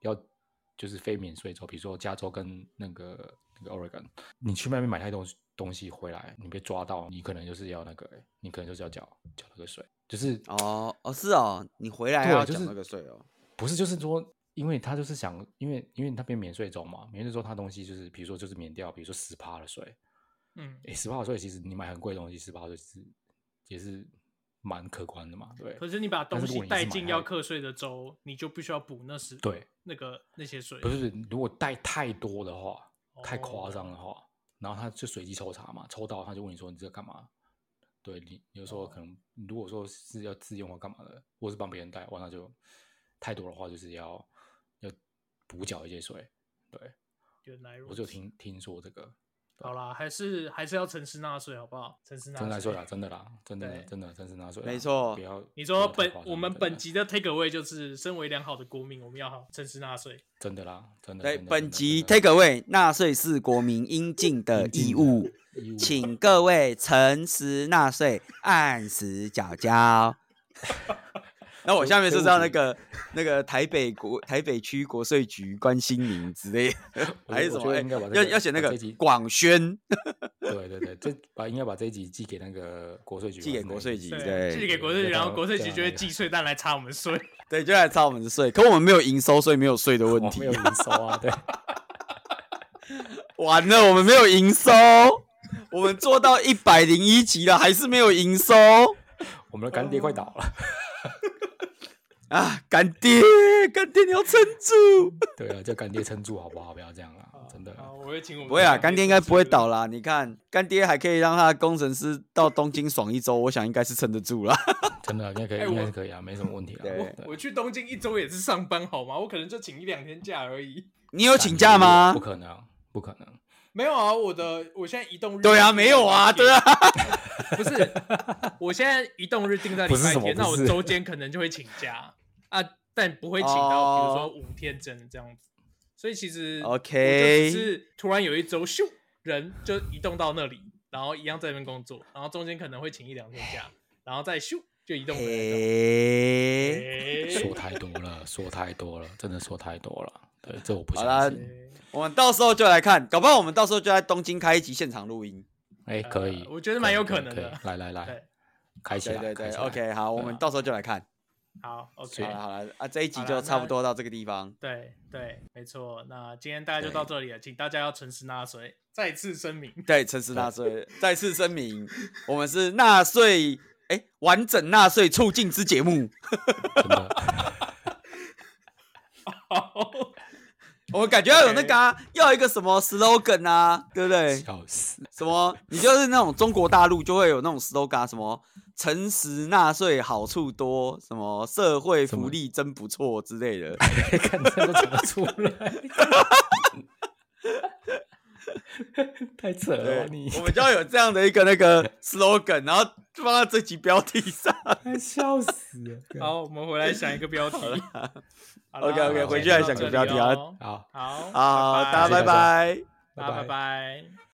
Speaker 3: 要就是非免税州，比如说加州跟那个那个 Oregon，你去外面买太多东西东西回来，你被抓到，你可能就是要那个、哎你可能就是要缴缴那个税，就是
Speaker 2: 哦哦是哦，你回来还
Speaker 3: 对啊
Speaker 2: 要
Speaker 3: 就
Speaker 2: 缴
Speaker 3: 是
Speaker 2: 那个税哦。
Speaker 3: 不是，就是说，因为他就是想，因为因为那边免税州嘛，免税州它东西就是，比如说就是免掉，比如说十趴的税，
Speaker 1: 嗯，
Speaker 3: 诶，十趴的税其实你买很贵的东西，十趴税是也是蛮可观的嘛，对
Speaker 1: 可是你把
Speaker 3: 但
Speaker 1: 东
Speaker 3: 是如
Speaker 1: 西
Speaker 3: 果你是
Speaker 1: 带
Speaker 3: 买
Speaker 1: 进
Speaker 3: 它
Speaker 1: 要课税的州，你就必须要补那十
Speaker 3: 对，
Speaker 1: 那个那些税
Speaker 3: 不。是如果带太多的话，太夸
Speaker 1: 哦
Speaker 3: 张的话，然后他就随机抽查嘛，抽到他就问你说你这个干嘛？对你，有时候
Speaker 1: 哦
Speaker 3: 可能如果说是要自用或干嘛的，或是帮别人带，哇，那就太多的话就是要要补缴一些税，对。
Speaker 1: 原来如
Speaker 3: 我
Speaker 1: 此
Speaker 3: 就。听听说这个，
Speaker 1: 好啦，还是还是要诚实纳税，好不好？诚实纳
Speaker 3: 真的来说
Speaker 1: 税
Speaker 3: 啦，。啊真的啦，真的
Speaker 1: 对
Speaker 3: 真的真是拿税啦，
Speaker 2: 没错
Speaker 3: 不要
Speaker 1: 你
Speaker 3: 不
Speaker 1: 说
Speaker 3: 要太
Speaker 1: 本
Speaker 3: 夸张
Speaker 1: 我们
Speaker 3: 真的
Speaker 1: 本集的 take away 就是，身为良好的国民，我们要好诚实纳税。
Speaker 3: 真的啦，真的
Speaker 2: 对，
Speaker 3: 真的
Speaker 2: 本
Speaker 3: 真的
Speaker 2: 集
Speaker 3: 真的
Speaker 2: take away 纳税是国民应尽的
Speaker 3: 应尽
Speaker 2: 义
Speaker 3: 的
Speaker 2: 务。
Speaker 3: 义务
Speaker 2: 请各位诚实纳税，按时缴 交。那我下面就是要那个 那个台北国台北区国税局关心您之类的，
Speaker 3: 我
Speaker 2: 还是
Speaker 3: 觉
Speaker 2: 什
Speaker 3: 得
Speaker 2: 么？哎
Speaker 3: 我觉得应该把这
Speaker 2: 要
Speaker 3: 个
Speaker 2: 要写那
Speaker 3: 把
Speaker 2: 个
Speaker 3: 这集
Speaker 2: 广宣，
Speaker 3: 对对对，这把应该把这一集寄给那个国税局吧，
Speaker 2: 寄给
Speaker 3: 是那
Speaker 2: 国
Speaker 3: 个
Speaker 2: 税
Speaker 3: 意
Speaker 2: 局
Speaker 3: 思
Speaker 2: 对
Speaker 1: 寄给国税局，然后国税
Speaker 3: 啊
Speaker 1: 局就会寄税单来查我们税。
Speaker 2: 对，就来查我们的税。可我们没有营收，所以没有税的
Speaker 3: 我
Speaker 2: 问
Speaker 3: 们
Speaker 2: 题
Speaker 3: 没。有营收啊，对，
Speaker 2: 完了，我们没有营收，我们做到一百零一集了，还是没有营收
Speaker 3: 我们的干爹快倒
Speaker 2: 哦
Speaker 3: 了，
Speaker 2: 啊！干爹，干爹你要撑住。
Speaker 3: 对啊，叫干爹撑住好不好？不要这样啦，真的啦，
Speaker 1: 好，我会请我们。
Speaker 2: 不会啊，干爹应该不会倒。啦。你看，干爹还可以让他的工程师到东京爽一周，我想应该是撑得住啦。
Speaker 3: 真的应该可以，
Speaker 1: 哎
Speaker 3: 应该
Speaker 1: 我
Speaker 3: 是可以啊，没什么问题啊，
Speaker 2: 对
Speaker 1: 我去东京一周也是上班好吗？我可能就请一两天假而已。
Speaker 2: 你有请假吗
Speaker 3: 不？可能，不可能，
Speaker 1: 没有啊，我的我现在移动日
Speaker 2: 对啊，没有啊，对啊，，
Speaker 1: 不是，我现在移动日定在礼
Speaker 3: 不是
Speaker 1: 拜
Speaker 3: 什么
Speaker 1: 天，那
Speaker 3: 不
Speaker 1: 我
Speaker 3: 是
Speaker 1: 周间可能就会请假啊，但不会请到比如说五天整这样子。所以其实
Speaker 2: OK
Speaker 1: 我就只是突然有一周咻，人就移动到那里，然后一样在那边工作，然后中间可能会请一两天假，然后再咻就移动回来这样。
Speaker 2: 嘿，
Speaker 1: 哎
Speaker 3: 说太多了，说太多了，真的说太多了，对，这我不
Speaker 2: 好啦
Speaker 3: 相信。
Speaker 2: 我们到时候就来看，搞不好我们到时候就在东京开一集现场录音。
Speaker 3: 哎，可以
Speaker 1: 呃，我觉得蛮有
Speaker 3: 可以
Speaker 1: 可能
Speaker 3: 可以
Speaker 1: 的
Speaker 3: 来来来
Speaker 1: 对，
Speaker 3: 开起
Speaker 2: 对
Speaker 3: 来。
Speaker 2: 对
Speaker 3: 啊开
Speaker 2: 对
Speaker 3: 起来
Speaker 2: ，OK，好，我
Speaker 3: 对啊
Speaker 2: 们到时候就来看。
Speaker 1: 好，OK，
Speaker 3: 所以
Speaker 2: 好了好了，啊，这一集
Speaker 1: 好啦
Speaker 2: 就差
Speaker 1: 那
Speaker 2: 不多到这个地方。
Speaker 1: 对对，没错。那今天大家就到
Speaker 2: 对
Speaker 1: 这里了，请大家要诚实纳税。再次声明，
Speaker 2: 对，诚实纳税，再次声明，我们是纳税，哎，完整纳税促进之节目，
Speaker 3: 真的，
Speaker 1: 好，
Speaker 2: 我们感觉要有那个、啊，要有一个什么 slogan 啊，对不对？
Speaker 3: 笑死。
Speaker 2: 什么？你就是那种中国大陆就会有那种 slogan，什么诚实纳税好处多，什么社会
Speaker 3: 什么
Speaker 2: 福利真不错之类 的。
Speaker 3: 看这都讲得出来， 太扯了
Speaker 2: 对
Speaker 3: 吧你，
Speaker 2: 我们就要有这样的一个那个 slogan，然后放到这集标题 上。
Speaker 3: 哎笑死了。
Speaker 1: 好，我们回来想一个标题。
Speaker 2: OK
Speaker 3: OK，回去
Speaker 1: 来
Speaker 3: 来想个
Speaker 2: 标题啊
Speaker 1: 哦好
Speaker 3: 好，
Speaker 1: 好，
Speaker 2: 好，大家
Speaker 3: 拜
Speaker 2: 拜拜。
Speaker 1: 大家拜拜。